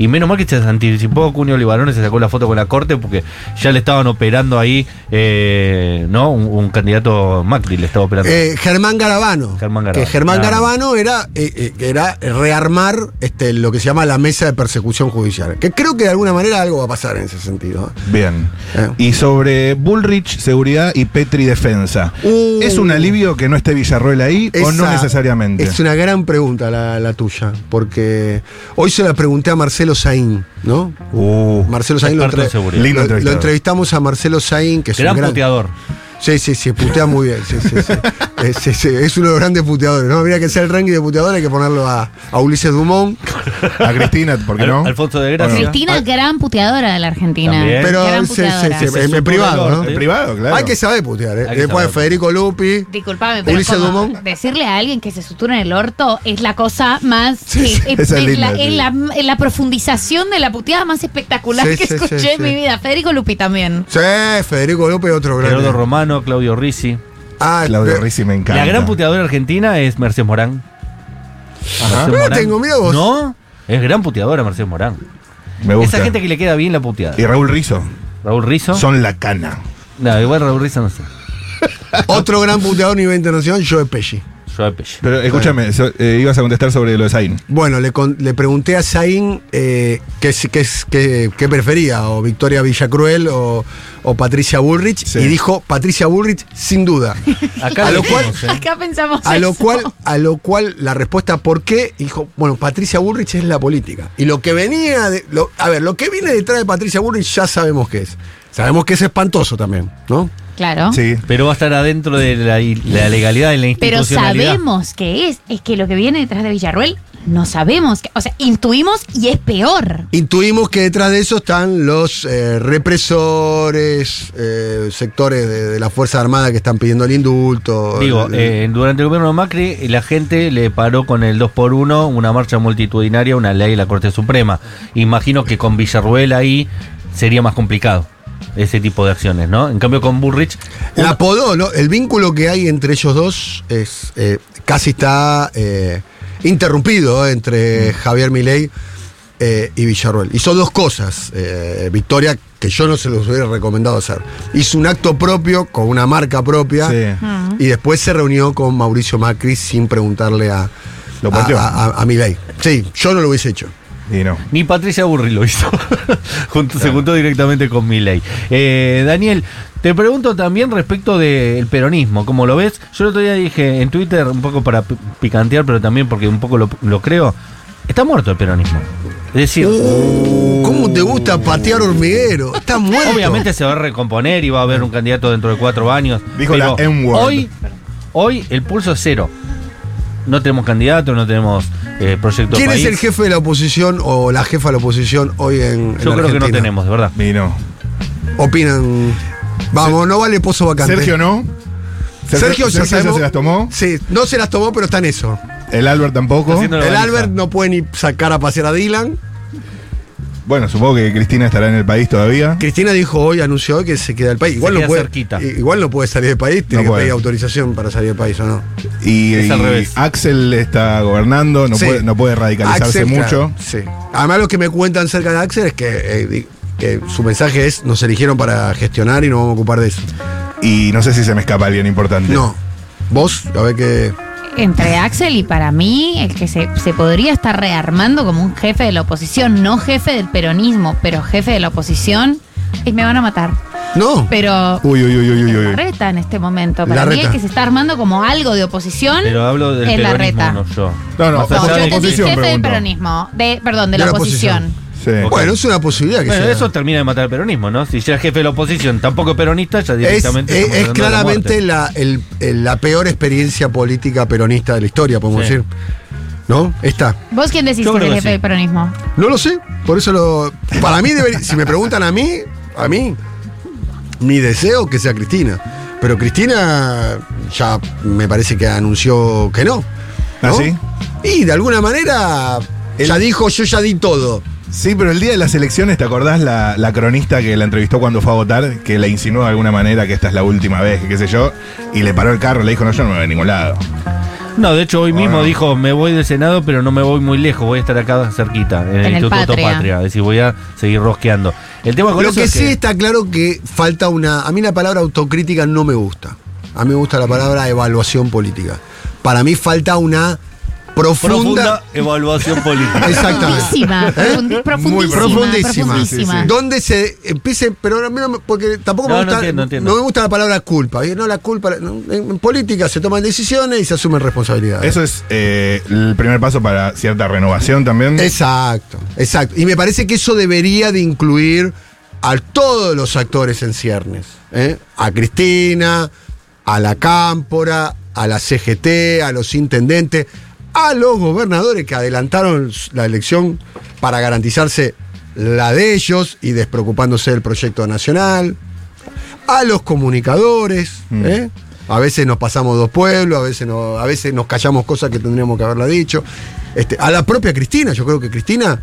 S2: Y menos mal que se anticipó Cunio Libarone, se sacó la foto con la Corte porque ya le estaban operando ahí, eh, ¿no? Un, un candidato Macri le estaba operando.
S1: Eh, Germán Garabano.
S2: Germán Garabano.
S1: Que Germán
S2: Claro.
S1: Garabano era, eh, eh, era rearmar este, lo que se llama la mesa de persecución judicial. Que creo que de alguna manera algo va a pasar en ese sentido. ¿eh?
S3: Bien.
S1: Eh.
S3: Y sobre Bullrich, seguridad y Petri, defensa.
S1: Uh.
S3: ¿Es un alivio que no esté Villarroel ahí o no
S1: ¿eh? Esa
S3: necesariamente?
S1: Es una gran pregunta la, la tuya. Porque hoy se la pregunté a Marcelo Saín, ¿no?
S3: Uh,
S1: Marcelo Saín lo,
S2: Experto en
S1: entre-
S2: seguridad.
S1: lo-
S3: Lindo
S1: lo
S3: entrevistado.
S1: entrevistamos a Marcelo Saín, que es
S2: gran
S1: un gran,
S2: puteador.
S1: Sí, sí, sí, putea muy bien. sí, sí,
S2: (laughs)
S1: sí. Eh, sí, sí, Es uno de los grandes puteadores. No, mira que sea el ranking de puteadores, hay que ponerlo a, a Ulises Dumont.
S3: A Cristina, ¿por qué
S2: Al-
S3: no?
S2: Alfonso de Gracia.
S3: Bueno.
S4: Cristina, gran puteadora de la Argentina.
S2: También.
S1: Ah. Pero
S4: gran
S1: sí, sí,
S4: puteadora.
S1: sí,
S2: Se
S1: en,
S2: supone
S1: en privado,
S2: el
S1: ¿no?
S2: orden.
S3: En privado, claro.
S1: ¿eh? Hay que saber putear, ¿eh?
S2: Hay que
S1: Después
S2: saber.
S1: Federico Lupi.
S4: Disculpame, pero
S1: Ulises
S4: como
S1: Dumont.
S4: decirle a alguien que se sutura en el orto es la cosa más.
S3: Sí, sí,
S4: es,
S3: esa es
S4: es
S3: linda,
S4: la, es
S3: sí.
S4: la- es la profundización de la puteada más espectacular
S1: Sí,
S4: que
S1: sí, sí,
S4: escuché en
S1: sí.
S4: mi vida. Federico Lupi también.
S1: Sí, Federico Lupi, otro
S2: Gerardo
S1: grande.
S2: Romano, Claudio Rizzi.
S1: Ah,
S3: Claudio
S1: pero-
S3: Rizzi me encanta.
S2: La gran puteadora argentina es Mercedes Morán.
S3: Ajá.
S2: Mercedes
S1: Ah, tengo miedo vos.
S2: No, es gran puteadora Mercedes Morán.
S3: Me gusta.
S2: Esa gente que le queda bien la puteada.
S3: Y Raúl Rizo.
S2: Raúl Rizzo.
S3: Son la cana.
S2: No, igual Raúl Rizzo no sé.
S1: Otro gran puteador a nivel internacional, Joe Pesci.
S2: Joe Pesci.
S3: Pero escúchame, so- eh, ibas a contestar sobre lo de Zayn.
S1: Bueno, le, con- le pregunté a Zain eh, qué, si- qué es- qué- qué prefería, o Victoria Villacruel o, o Patricia Bullrich,
S3: Sí.
S1: y dijo Patricia Bullrich sin duda.
S2: Acá
S1: A
S2: lo
S1: lo cual-
S2: dijimos, ¿eh?
S4: (laughs) Acá pensamos.
S1: A lo,
S4: eso.
S1: cual, a lo cual la respuesta por qué, dijo, bueno, Patricia Bullrich es la política. Y lo que venía, de, lo- a ver, lo que viene detrás de Patricia Bullrich ya sabemos qué es. Sabemos que es espantoso también, ¿no?
S4: Claro.
S3: Sí.
S2: Pero va a estar adentro de la, la legalidad y la
S4: Pero
S2: institucionalidad.
S4: sabemos que es. Es que lo que viene detrás de Villarruel, no sabemos. que- o sea, intuimos y es peor.
S1: Intuimos que detrás de eso están los eh, represores, eh, sectores de, de la Fuerza Armada que están pidiendo el indulto.
S2: Digo,
S1: El-
S2: eh, durante el gobierno de Macri la gente le paró con el 2x1 una marcha multitudinaria, una ley de la Corte Suprema. Imagino que con Villarruel ahí sería más complicado ese tipo de acciones, ¿no? En cambio con Bullrich...
S1: la apodó, ¿no? El vínculo que hay entre ellos dos es eh, casi está eh, interrumpido eh,
S3: Mm.
S1: entre Javier Milei eh, y Villarroel. Hizo dos cosas, eh, Victoria, que yo no se los hubiera recomendado hacer. Hizo un acto propio con una marca propia
S3: Sí.
S1: y después se reunió con Mauricio Macri sin preguntarle a,
S3: Lo
S1: a,
S3: pateó.
S1: a- a- a Milei. Sí, yo no lo hubiese hecho.
S3: Y no.
S2: Ni Patricia Burri lo hizo. (laughs) Junto- Se juntó directamente con Milei. Eh, Daniel, te pregunto también respecto del peronismo. Como lo ves, yo el otro día dije en Twitter, un poco para pi- picantear, pero también porque un poco lo, lo creo, está muerto el peronismo. Es decir,
S3: Oh.
S1: ¿Cómo te gusta patear hormiguero? Está muerto.
S2: obviamente se va a recomponer y va a haber un candidato dentro de cuatro años.
S3: Dijo la
S2: pero
S3: N-word.
S2: hoy, hoy el pulso es cero. No tenemos candidato, no tenemos eh, proyecto
S1: ¿Quién
S2: país.
S1: es el jefe de la oposición o la jefa de la oposición hoy en, en
S2: Yo creo que no
S1: Argentina?
S2: tenemos, de verdad.
S3: Y no.
S1: Opinan. Vamos, no vale pozo vacante.
S3: Sergio no.
S1: Sergio, ya sabemos-
S3: se las tomó.
S1: Sí, no se las tomó, pero está en eso.
S3: El Albert
S2: Está
S3: tampoco.
S2: haciendo la
S1: el
S2: baliza.
S1: Albert no puede ni sacar a pasear a Dylan.
S3: Bueno, supongo que Cristina estará en el país todavía.
S1: Cristina dijo hoy, anunció hoy que se queda del país. Igual,
S2: queda
S1: no, puede,
S2: cerquita.
S1: i- igual no puede salir del país, tiene que
S3: puede.
S1: pedir autorización para salir del país o no.
S3: Y,
S2: Es al
S3: y
S2: revés.
S3: Axel está gobernando, no,
S1: Sí.
S3: puede, no puede radicalizarse
S1: Axel,
S3: mucho.
S1: claro, sí. Además, lo que me cuentan cerca de Axel es que, eh, di- que su mensaje es: nos eligieron para gestionar y nos vamos a ocupar de eso.
S3: Y no sé si se me escapa alguien importante.
S1: No. Vos, a ver qué.
S4: Entre Axel y para mí, el que se, se podría estar rearmando como un jefe de la oposición, no jefe del peronismo, pero jefe de la oposición, y me van a matar.
S1: No.
S4: Pero
S3: Uy, uy, uy, uy, uy, uy.
S4: Larreta en este momento. Para mí,
S1: Larreta.
S4: el que se está armando como algo de oposición
S2: Pero hablo del
S4: es
S2: peronismo,
S4: Larreta.
S2: no yo.
S3: No, no,
S2: Más
S4: No,
S2: allá de-
S4: yo entendí
S3: oposición,
S4: jefe de
S3: pregunto.
S4: peronismo. De, perdón, de,
S1: De
S4: la,
S1: la
S4: oposición.
S3: Sí.
S2: Ok.
S1: Bueno, es una posibilidad que
S2: Bueno,
S1: sea.
S2: eso termina de matar el peronismo, ¿no? Si ya es jefe de la oposición, tampoco es peronista, ya
S1: es,
S2: directamente.
S1: es-
S2: estamos
S1: es
S2: hablando de la
S1: claramente
S2: muerte.
S1: la, el- el- la peor experiencia política peronista de la historia, podemos
S2: Sí.
S1: decir. ¿No? Esta.
S4: ¿Vos quién decís
S2: Yo
S4: que es
S2: creo
S4: el
S2: que
S4: jefe
S2: sí.
S4: del peronismo?
S1: No lo sé. Por eso lo. Para mí, debería- si me preguntan a mí, a mí, mi deseo que sea Cristina. Pero Cristina ya me parece que anunció que no. ¿no?
S3: ¿Ah, sí?
S1: Y de alguna manera. Ya dijo, yo ya di todo.
S3: Sí, pero el día de las elecciones, ¿te acordás la, la cronista que la entrevistó cuando fue a votar? Que le insinuó de alguna manera que esta es la última vez, que qué sé yo, y le paró el carro, le dijo, no, yo no me voy a ningún lado.
S2: No, de
S1: Ah.
S2: hecho, hoy mismo
S3: Bueno.
S2: dijo: Me voy del Senado, pero no me voy muy lejos, voy a estar acá cerquita, en, el
S4: En el
S2: Instituto
S4: Patria.
S2: Patria. Es decir, voy a seguir rosqueando. El tema con
S1: Lo
S2: eso
S1: que
S2: es
S1: sí está claro que falta una. A mí la palabra autocrítica no me gusta. A mí me gusta la palabra evaluación política. Para mí falta una
S2: profunda
S1: profunda. (laughs)
S2: evaluación política.
S1: Exactamente.
S4: Profundísima. profundi-
S1: Muy
S4: Profundísima.
S1: profundísima.
S4: profundísima.
S1: Donde se empiece, pero a mí no me- porque tampoco
S2: No,
S1: me
S2: no
S1: gusta,
S2: entiendo, entiendo.
S1: no me gusta la palabra culpa. ¿eh? No, la culpa, no, en en política se toman decisiones y se asumen responsabilidades.
S3: Eso es eh, el primer paso para cierta renovación también.
S1: Exacto, exacto. Y me parece que eso debería de incluir a todos los actores en ciernes. ¿eh? A Cristina, a la Cámpora, a la CGT, a los intendentes, a los gobernadores que adelantaron la elección para garantizarse la de ellos y despreocupándose del proyecto nacional, a los comunicadores,
S2: Mm.
S1: ¿eh? a veces nos pasamos dos pueblos, a veces, no- a veces nos callamos cosas que tendríamos que haberla dicho, Este, a la propia Cristina, yo creo que Cristina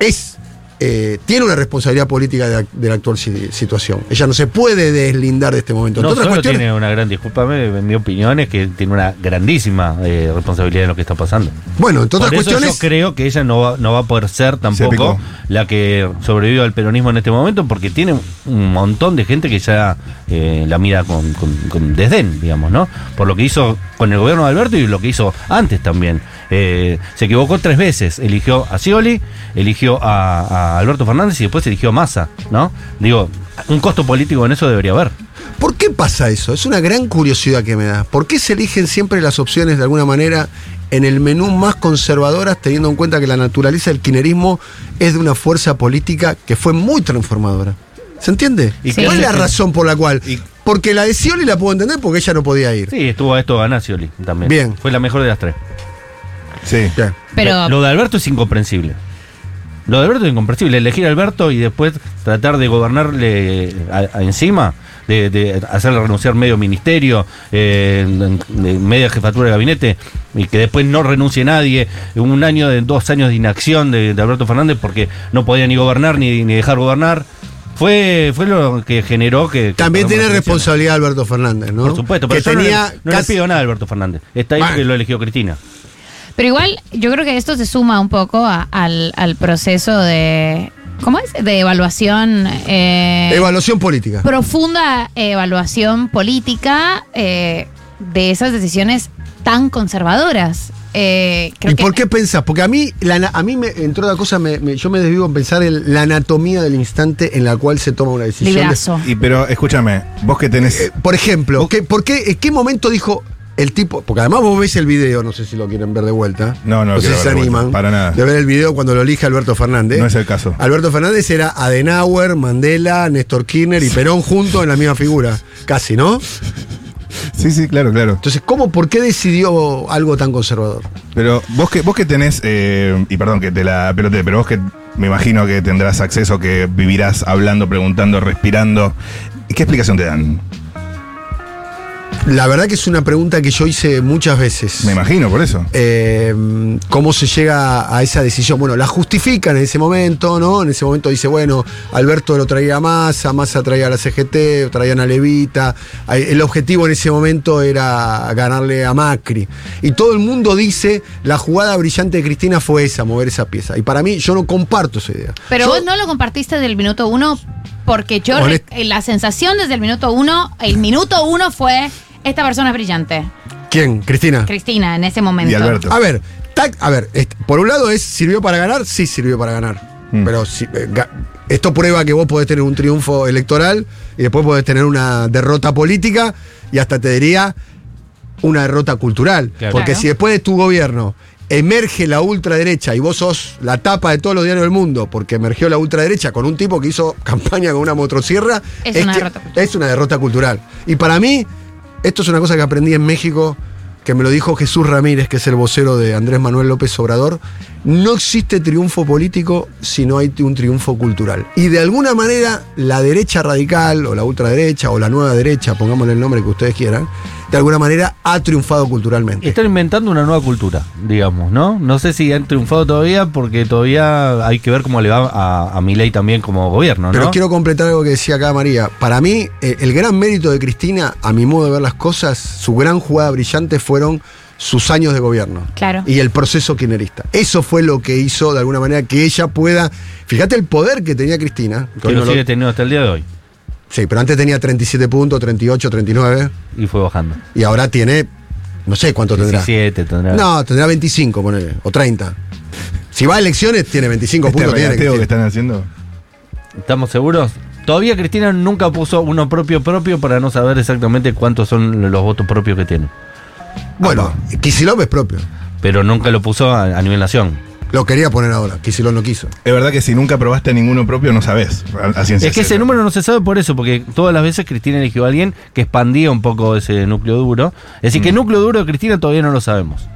S1: es, eh, tiene una responsabilidad política de, la- de la actual si- situación. Ella no se puede deslindar de este momento.
S2: No
S1: Entre otras
S2: solo
S1: cuestiones-
S2: tiene una gran, discúlpame, en mi opinión es que tiene una grandísima eh, responsabilidad en lo que está pasando.
S1: bueno, entre otras
S2: Por eso
S1: cuestiones...
S2: yo creo que ella no va, no va a poder ser tampoco
S3: picó.
S2: la que sobrevive al peronismo en este momento, porque tiene un montón de gente que ya eh, la mira con, con- con desdén, digamos, ¿no? Por lo que hizo con el gobierno de Alberto y lo que hizo antes también. Eh, se equivocó tres veces, eligió a Scioli, eligió a, a Alberto Fernández y después eligió a Massa, ¿no? Digo, un costo político en eso debería haber.
S1: ¿Por qué pasa eso? Es una gran curiosidad que me da. ¿Por qué se eligen siempre las opciones de alguna manera en el menú más conservadoras, teniendo en cuenta que la naturaleza del quinerismo es de una fuerza política que fue muy transformadora? ¿Se entiende?
S2: ¿Y
S4: Sí.
S1: ¿Cuál es la
S2: qué-
S1: razón por la cual?
S3: y-
S1: Porque la de Scioli la puedo entender porque ella no podía ir.
S2: Sí, estuvo a esto ganar Scioli también.
S1: Bien.
S2: Fue la mejor de las tres.
S3: Sí.
S1: Bien.
S4: Pero
S2: Lo, lo de Alberto es incomprensible. Lo de Alberto es incomprensible. Elegir a Alberto y después tratar de gobernarle eh, a- a encima, de, de hacerle renunciar medio ministerio, eh, de media jefatura de gabinete, y que después no renuncie nadie. Un año de dos años de inacción de, de Alberto Fernández porque no podía ni gobernar ni, ni dejar gobernar. Fue, fue lo que generó que. que
S1: También
S2: perdamos
S1: tiene
S2: las elecciones.
S1: responsabilidad Alberto Fernández, ¿no?
S2: Por supuesto, pero
S1: que
S2: yo no le-
S1: tenía
S2: no, le,
S1: casi-
S2: pido nada a Alberto Fernández. Está ahí
S1: Bueno.
S2: porque lo eligió Cristina.
S4: Pero igual, yo creo que esto se suma un poco a- al, al proceso de. ¿Cómo es? De evaluación. eh,
S1: evaluación política.
S4: profunda eh, evaluación política eh, de esas decisiones tan conservadoras. Eh, creo
S1: ¿Y
S4: que-
S1: por qué pensás? Porque a mí, la ana- a mí me, entre otras cosas, me- me- yo me desvivo en pensar en la anatomía del instante en la cual se toma una decisión. de-
S4: Librazo.
S3: Y pero escúchame, vos que tenés.
S1: Por ejemplo, ¿qué, por qué, ¿en qué momento dijo el tipo? Porque además vos ves el video, no sé si lo quieren ver de vuelta.
S3: No, no lo
S1: sé
S3: quiero
S1: si se
S3: ver de vuelta,
S1: animan.
S3: para nada.
S1: De ver el video cuando lo elige Alberto Fernández.
S3: No es el caso.
S1: Alberto Fernández era Adenauer, Mandela, Néstor Kirchner y Perón juntos en la misma figura. Casi, ¿no?
S3: Sí, sí, claro, claro.
S1: Entonces, ¿cómo, por qué decidió algo tan conservador?
S3: Pero vos que, vos que tenés, eh, y perdón que te la pelote, pero vos que me imagino que tendrás acceso, que vivirás hablando, preguntando, respirando. ¿Qué explicación te dan?
S1: La verdad que es una pregunta que yo hice muchas veces.
S3: Me imagino, por eso.
S1: eh, cómo se llega a esa decisión. Bueno, la justifican en ese momento, ¿no? En ese momento dice, bueno, Alberto lo traía a Massa, Massa traía a la CGT, traían a Levita. Ay, El objetivo en ese momento era ganarle a Macri. Y todo el mundo dice, la jugada brillante de Cristina fue esa, mover esa pieza. Y para mí, yo no comparto esa idea.
S4: Pero
S1: Yo-
S4: vos no lo compartiste del minuto uno, porque yo.
S1: Honest-
S4: eh, La sensación desde el minuto uno, el minuto uno fue. Esta persona es brillante.
S1: Ah. ¿Quién? Cristina.
S4: Cristina, en ese momento.
S3: Y Alberto.
S1: A ver, tac, a ver, est- por un lado es, ¿sirvió para ganar? Sí, sirvió para ganar.
S3: Mm.
S1: Pero si- eh, ga- esto prueba que vos podés tener un triunfo electoral y después podés tener una derrota política y hasta te diría una derrota cultural.
S2: Claro.
S1: Porque
S4: Claro.
S1: si después de tu gobierno emerge la ultraderecha y vos sos la tapa de todos los diarios del mundo porque emergió la ultraderecha con un tipo que hizo (laughs) campaña con una motosierra,
S4: Es una derrota cultural.
S1: es una derrota cultural. Y para mí, esto es una cosa que aprendí en México, que me lo dijo Jesús Ramírez, que es el vocero de Andrés Manuel López Obrador, no existe triunfo político si no hay un triunfo cultural. Y de alguna manera, la derecha radical, o la ultraderecha, o la nueva derecha, pongámosle el nombre que ustedes quieran, de alguna manera ha triunfado culturalmente.
S2: Están inventando una nueva cultura, digamos, ¿no? No sé si han triunfado todavía, porque todavía hay que ver cómo le va a, a Milei también como gobierno, ¿no?
S1: Pero quiero completar algo que decía acá María. Para mí, eh, el gran mérito de Cristina, a mi modo de ver las cosas, su gran jugada brillante fueron sus años de gobierno.
S4: Claro.
S1: Y el proceso kirchnerista. Eso fue lo que hizo, de alguna manera, que ella pueda... Fíjate el poder que tenía Cristina. que
S2: Que
S1: hoy
S2: lo
S1: no lo-
S2: sigue teniendo hasta el día de hoy.
S1: Sí, pero antes tenía 37 puntos, 38, 39,
S2: Y fue bajando.
S1: y ahora tiene... No sé cuánto tendrá.
S2: 17 tendrá.
S1: No, tendrá 25, ponele, o 30. Si va a elecciones, tiene 25
S3: Este
S1: puntos. Tiene,
S3: regateo que
S1: Cristina.
S3: están haciendo.
S2: ¿Estamos seguros? Todavía Cristina nunca puso uno propio propio para no saber exactamente cuántos son los votos propios que tiene.
S1: Bueno, Kicillof es propio.
S2: Pero nunca lo puso a, a nivel nación.
S1: Lo quería poner ahora, Kicillof no quiso.
S3: Es verdad que si nunca probaste ninguno propio, no sabes. a- a ciencia
S2: Es que ese
S3: cierta.
S2: número no se sabe por eso, porque todas las veces Cristina eligió a alguien que expandía un poco ese núcleo duro. Es decir, que el núcleo duro de Cristina todavía no lo sabemos.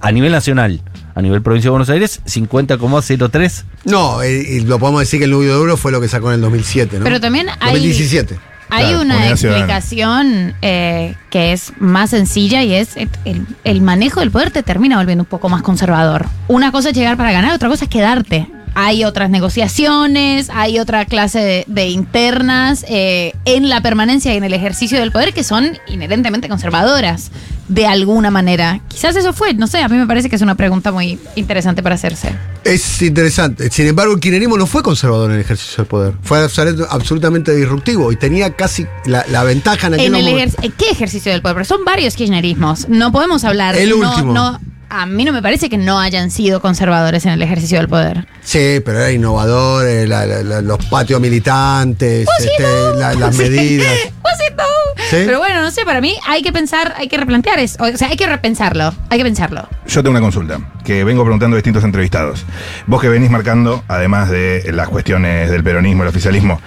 S2: A nivel nacional, a nivel provincia de Buenos Aires, 50,03.
S1: No, eh, y lo podemos decir que el Nubio Duro fue lo que sacó en el 2007, ¿no?
S4: Pero también hay-
S1: 2017.
S4: Hay
S3: Claro,
S4: una
S3: comunidad ciudadana.
S4: explicación eh, que es más sencilla y es eh, el, el manejo del poder te termina volviendo un poco más conservador. Una cosa es llegar para ganar, otra cosa es quedarte. Hay otras negociaciones, hay otra clase de, de internas eh, en la permanencia y en el ejercicio del poder que son inherentemente conservadoras de alguna manera. Quizás eso fue, no sé, a mí me parece que es una pregunta muy interesante para hacerse.
S1: Es interesante. Sin embargo, el kirchnerismo no fue conservador en el ejercicio del poder. Fue absolut- absolutamente disruptivo y tenía casi la, la ventaja en aquel
S4: En el
S1: momento.
S4: ejer- ¿en ¿Qué ejercicio del poder? Porque son varios kirchnerismos. No podemos hablar.
S1: El
S4: no-
S1: último.
S4: no- a mí no me parece que no hayan sido conservadores en el ejercicio del poder.
S1: Sí, pero era innovador, eh, la- la- la- los patios militantes,
S4: Pues sí,
S1: este,
S4: no.
S1: la- las
S4: Sí.
S1: medidas.
S4: (laughs) Pues sí, no.
S1: Sí.
S4: Pero bueno, no sé, para mí hay que pensar, hay que replantear eso. O sea, hay que repensarlo. Hay que pensarlo.
S3: Yo tengo una consulta que vengo preguntando a distintos entrevistados. Vos que venís marcando, además de las cuestiones del peronismo, el oficialismo,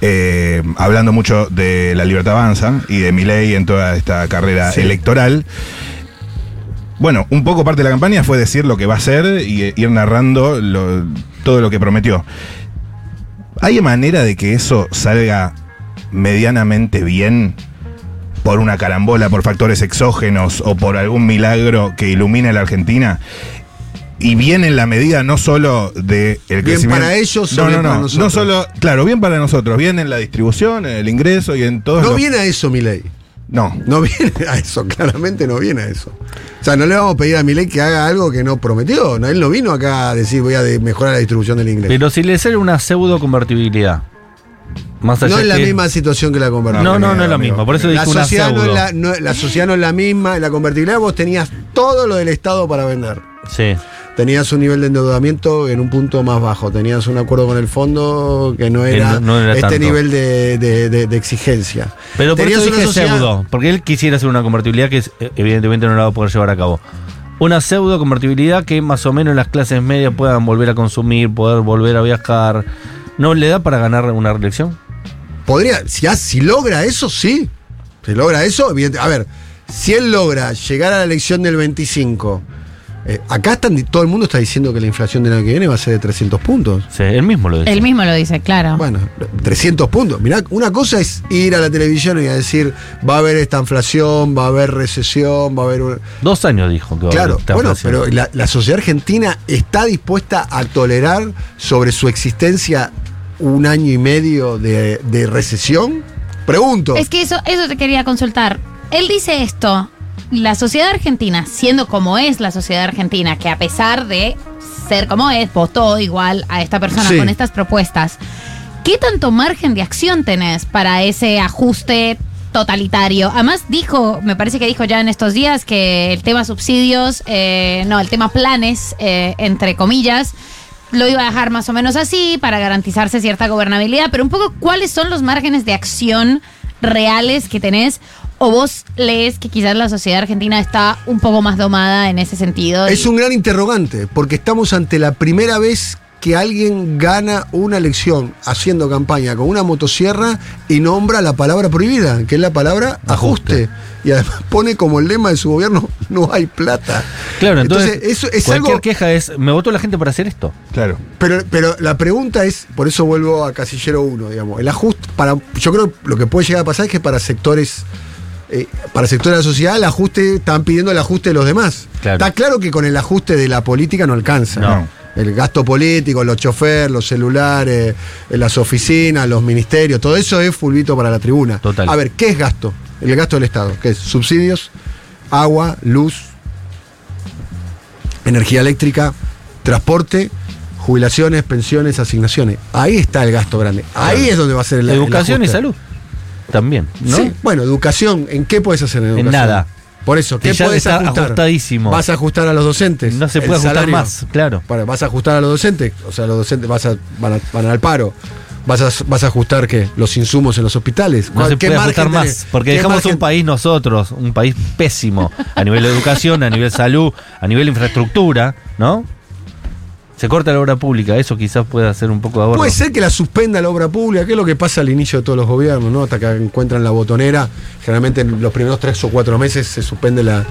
S3: eh, hablando mucho de la libertad avanza y de mi ley en toda esta carrera
S1: Sí.
S3: electoral. Bueno, un poco parte de la campaña fue decir lo que va a hacer y eh, ir narrando lo- todo lo que prometió. ¿Hay manera de que eso salga medianamente bien? por una carambola, por factores exógenos o por algún milagro que ilumine a la Argentina. Y bien en la medida no solo de el
S1: Bien
S3: crecimiento-
S1: para ellos o
S3: no,
S1: bien
S3: no, no,
S1: para nosotros.
S3: no solo, claro, bien para nosotros, bien en la distribución, en el ingreso y en todo.
S1: No viene a eso, Milei.
S3: no.
S1: No (laughs) viene a eso, claramente no viene a eso. O sea, no le vamos a pedir a Milei que haga algo que no prometió. No, él no vino acá a decir voy a de- mejorar la distribución del ingreso.
S2: Pero si le sale una pseudo convertibilidad. Más allá
S1: no es la
S2: que-
S1: misma situación que la convertibilidad.
S2: No, no, no es la
S3: amigo.
S2: misma. Por eso
S1: La
S2: dijo una
S1: sociedad, no
S2: pseudo.
S1: es la, no- la sociedad no es la misma. En la convertibilidad vos tenías todo lo del Estado para vender.
S2: Sí.
S1: Tenías un nivel de endeudamiento en un punto más bajo. Tenías un acuerdo con el fondo que no
S2: Que
S1: era,
S2: no- no era
S1: este
S2: tanto.
S1: nivel de, de- de- de exigencia.
S2: Pero por
S1: Tenías
S2: eso
S1: una
S2: dije
S1: sociedad-
S2: pseudo, porque él quisiera hacer una convertibilidad que es- eh, evidentemente no la va a poder llevar a cabo. Una pseudo convertibilidad que más o menos las clases medias puedan volver a consumir, poder volver a viajar. ¿No le da para ganar una reelección?
S1: Podría, si, ha- si logra eso, sí. Si logra eso, evidente- A ver, si él logra llegar a la elección del 25, eh, acá están, di- todo el mundo está diciendo que la inflación del año que viene va a ser de 300 puntos.
S2: Sí, él mismo lo dice.
S4: Él mismo lo dice, claro.
S1: Bueno, 300 puntos. Mirá, una cosa es ir a la televisión y a decir, va a haber esta inflación, va a haber recesión, va a haber... un-
S2: Dos años dijo que va a haber
S1: Claro,
S2: esta
S1: bueno,
S2: inflación.
S1: pero la, la sociedad argentina está dispuesta a tolerar sobre su existencia un año y medio de, de recesión. Pregunto.
S4: Es que eso, eso te quería consultar. Él dice esto. La sociedad argentina, siendo como es la sociedad argentina, que a pesar de ser como es, votó igual a esta persona
S1: Sí.
S4: con estas propuestas, ¿qué tanto margen de acción tenés para ese ajuste totalitario? Además dijo, me parece que dijo ya en estos días que el tema subsidios, eh, no, el tema planes, eh, entre comillas, lo iba a dejar más o menos así para garantizarse cierta gobernabilidad, pero un poco cuáles son los márgenes de acción reales que tenés o vos lees que quizás la sociedad argentina está un poco más domada en ese sentido.
S1: Es
S4: y-
S1: un gran interrogante, porque estamos ante la primera vez que alguien gana una elección haciendo campaña con una motosierra y nombra la palabra prohibida, que es la palabra ajuste. Y además pone como el lema de su gobierno, no hay plata.
S2: claro, entonces,
S1: eso es
S2: cualquier
S1: algo...
S2: queja es, me votó la gente para hacer esto.
S3: Claro.
S1: Pero, pero la pregunta es, por eso vuelvo a Casillero 1, digamos. El ajuste, para, yo creo que lo que puede llegar a pasar es que para sectores, eh, para sectores de la sociedad, el ajuste, están pidiendo el ajuste de los demás.
S2: Claro.
S1: Está claro que con el ajuste de la política no alcanza.
S3: No.
S1: El gasto político, los choferes, los celulares, eh, las oficinas, los ministerios, todo eso es fulbito para la tribuna.
S2: Total.
S1: A ver, ¿qué es gasto? El gasto del Estado, que es subsidios, agua, luz, energía eléctrica, transporte, jubilaciones, pensiones, asignaciones. Ahí está el gasto grande. Ahí es donde va a ser el el
S2: Educación y
S1: ajuste.
S2: salud. También, ¿no?
S1: Sí, bueno, educación, ¿en qué puedes hacer en educación?
S2: nada.
S1: Por eso, ¿qué
S2: Que ya
S1: puedes
S2: está
S1: ajustar?
S2: ajustadísimo.
S1: ¿Vas a ajustar a los docentes?
S2: No se
S1: ¿El
S2: puede ajustar
S1: salario?
S2: más, claro.
S1: Para, ¿Vas a ajustar a los docentes? O sea, los docentes vas a- van, a- van al paro. ¿Vas a, vas a ajustar qué? Los insumos en los hospitales.
S2: No
S1: ¿Cuál-
S2: se
S1: qué
S2: puede
S1: margen
S2: ajustar
S1: tenés?
S2: más, porque
S1: ¿Qué
S2: dejamos
S1: margen-
S2: un país nosotros, un país pésimo a nivel de educación, a nivel salud, a nivel infraestructura, ¿no? Se corta la obra pública, eso quizás pueda ser un poco de ahorro.
S1: Puede ser que la suspenda la obra pública, que es lo que pasa al inicio de todos los gobiernos, ¿no? Hasta que encuentran la botonera, generalmente en los primeros tres o cuatro meses se suspende la,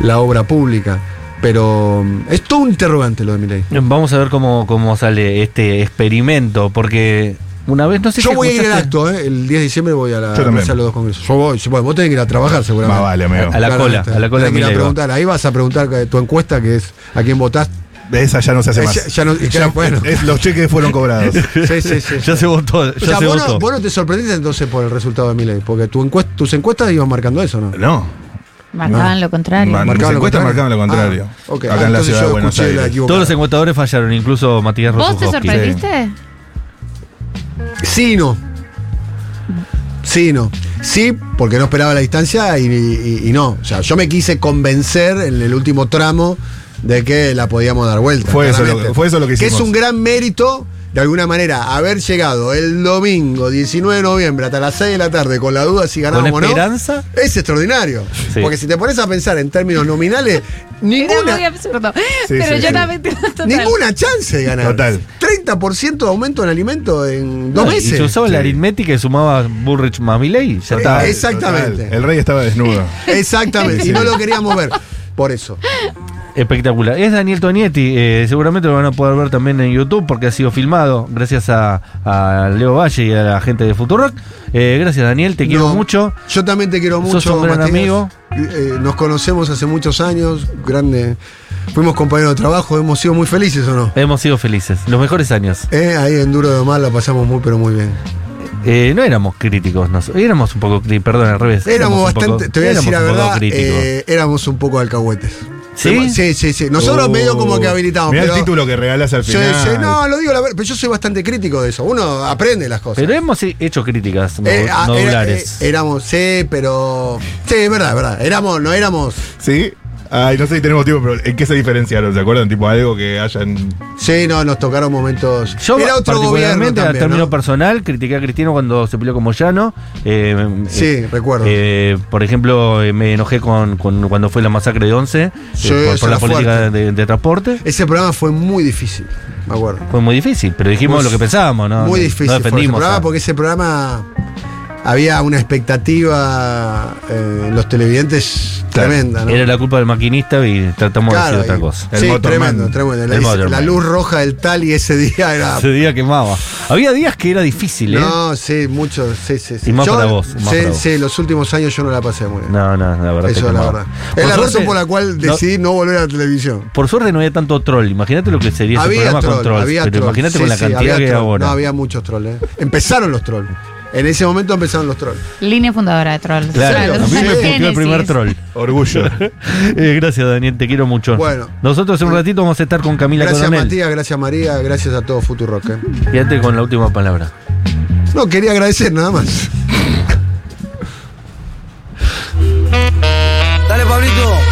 S1: la obra pública. Pero mm, es todo un interrogante lo de mi ley.
S2: Vamos a ver cómo, cómo sale este experimento, porque una vez no sé
S1: Yo
S2: si
S1: voy a ir al
S2: escuchaste-
S1: acto, ¿eh? el 10 de diciembre voy a la
S3: Yo también.
S1: mesa de los dos congresos. Yo voy, yo voy. vos tenés que ir a trabajar seguramente. este,
S3: Más vale, amigo.
S2: A la cola, a
S1: Tenés
S2: la cola de
S1: que ir a
S2: Milei,
S1: preguntar. Ahí vas a preguntar eh, tu encuesta, que es a quién votás.
S3: De esa ya no se hace
S1: Eh,
S3: más.
S1: ya- ya no- ya, bueno.
S3: es- los cheques
S1: (laughs)
S3: fueron cobrados.
S1: Sí, sí, sí.
S2: Ya se votó,
S1: O
S2: ya
S1: sea,
S2: se
S1: vos no,
S2: votó.
S1: vos no te sorprendiste entonces por el resultado de Milei, porque tu encuest- tus encuestas iban marcando eso, ¿no?
S3: No.
S4: Marcaban lo contrario.
S3: Man- Mis encuestas marcaban lo contrario.
S1: Ah, ok.
S3: Acá
S1: Ah,
S3: en la
S1: entonces
S3: ciudad
S1: yo
S3: de Buenos
S1: escuché la
S3: Aires.
S1: equivocada.
S2: Todos los encuestadores fallaron, incluso Matías
S4: ¿Vos te
S2: Rosuchowski.
S4: sorprendiste?
S1: Sí, y no. Sí, y no. Sí, porque no esperaba la distancia y, y- y no. O sea, yo me quise convencer en el último tramo de que la podíamos dar vuelta.
S3: Fue eso
S1: claramente.
S3: lo- fue eso lo que
S1: Que
S3: hicimos.
S1: es un gran mérito, de alguna manera, haber llegado el domingo 19 de noviembre hasta las 6 de la tarde con la duda si
S2: ¿Con
S1: ganábamos o no.
S2: esperanza?
S1: Es extraordinario.
S2: Sí.
S1: Porque si te pones a pensar en términos nominales,
S4: Era muy
S1: ninguna,
S4: absurdo.
S3: Sí,
S4: Pero
S3: sí,
S4: yo
S3: sí.
S4: también te total.
S1: ninguna chance de ganar.
S3: Total.
S1: 30% de aumento en alimento en
S2: No,
S1: dos
S2: y
S1: meses.
S2: se usaba la aritmética y sumaba Bullrich más Milei. Ya está.
S1: Es- Ah, Exactamente.
S3: Total, El rey estaba desnudo.
S1: Exactamente,
S3: Sí,
S1: y no
S3: sí.
S1: lo queríamos ver. Por eso.
S2: Espectacular. Es Daniel Tonietti. eh, seguramente lo van a poder ver también en YouTube porque ha sido filmado gracias a, a Leo Valle y a la gente de Futurock. Eh, gracias, Daniel. Te quiero
S1: No,
S2: mucho.
S1: Yo también te quiero mucho.
S2: Sos un gran
S1: Matías.
S2: amigo.
S1: Eh, nos conocemos hace muchos años, grande. Fuimos compañeros de trabajo, hemos sido muy felices o no.
S2: Hemos sido felices. Los mejores años.
S1: Eh, ahí en Duro de Omar la pasamos muy, pero muy bien.
S2: Eh, no éramos críticos. nos- éramos un poco críticos. Perdón, al revés.
S1: Éramos
S2: un poco-
S1: bastante, te voy a decir la
S2: éramos un poco
S1: verdad,
S2: críticos.
S1: eh, éramos un poco alcahuetes.
S2: ¿Sí?
S1: Sí, sí, sí. Nosotros
S3: Oh.
S1: medio como que habilitamos.
S3: Mirá
S1: pero-
S3: el título que regalas al
S1: Sí,
S3: final.
S1: sí, no, lo digo la verdad, pero yo soy bastante crítico de eso. Uno aprende las cosas.
S2: Pero hemos hecho críticas
S1: Eh, ah,
S2: no
S1: era-
S2: dolares.
S1: eh, éramos, sí, pero. Sí, es verdad, es verdad. Éramos, no éramos.
S3: ¿Sí? Ay, no sé si tenemos tiempo, pero ¿en qué se diferenciaron? ¿Se acuerdan? Tipo algo que hayan.
S1: Sí, no, nos tocaron momentos.
S2: Yo
S1: era otro gobierno
S2: particularmente a
S1: también.
S2: término
S1: ¿no?
S2: personal critiqué a Cristiano cuando se peleó con Moyano. eh,
S1: Sí,
S2: eh,
S1: recuerdo.
S2: eh, por ejemplo, eh, me enojé con, con cuando fue la masacre de Once eh,
S1: Sí,
S2: por,
S1: esa
S2: por la
S1: era
S2: política
S1: fuerte.
S2: de, de transporte.
S1: Ese programa fue muy difícil, me acuerdo.
S2: Fue muy difícil, pero dijimos
S1: Muy-
S2: lo que pensábamos, ¿no?
S1: muy
S2: No
S1: difícil fue ese
S2: defendimos.
S1: programa
S2: a-
S1: porque ese programa había una expectativa eh, en los televidentes
S3: Claro.
S1: tremenda, ¿no?
S2: Era la culpa del maquinista y tratamos de
S1: Claro,
S2: decir
S1: y-
S2: otra cosa.
S3: El
S1: sí,
S3: Motorman.
S1: tremendo, tremendo. La,
S2: El
S1: la
S2: Motorman.
S1: luz roja del tal y ese día era.
S2: Ese día quemaba. Había días que era difícil, ¿eh?
S1: No, sí, mucho, sí, sí. sí.
S2: Y más
S1: Yo-
S2: para vos, más
S1: sí,
S2: para vos.
S1: sí, los últimos años yo no la pasé muy bien.
S2: No, no, la verdad.
S1: Eso
S2: que
S1: es la
S2: quemaba.
S1: verdad.
S2: Por
S1: Es la razón
S2: suerte,
S1: por la cual
S2: no-
S1: decidí no, volver a la televisión.
S2: Por suerte no había tanto troll. Imagínate lo que sería ese programa con trolls. pero
S1: troll.
S2: imagínate
S1: Sí,
S2: con la
S1: sí,
S2: cantidad
S1: había
S2: que hay
S1: troll.
S2: ahora.
S1: No, había muchos trolls. eh. Empezaron los trolls. En ese momento empezaron los trolls.
S4: Línea fundadora de Troll.
S2: Claro,
S1: Claro,
S2: a mí
S1: sí.
S2: me puteó el
S4: Génesis.
S2: primer troll.
S3: Orgullo.
S2: (laughs) Eh, gracias, Daniel, te quiero mucho.
S1: Bueno.
S2: Nosotros en un ratito vamos a estar con Camila
S1: Gracias
S2: Coronel.
S1: Matías, gracias María, gracias a todo Futurock. eh.
S2: Quédate con la última palabra.
S1: No, quería agradecer nada más.
S5: Dale, Pablito.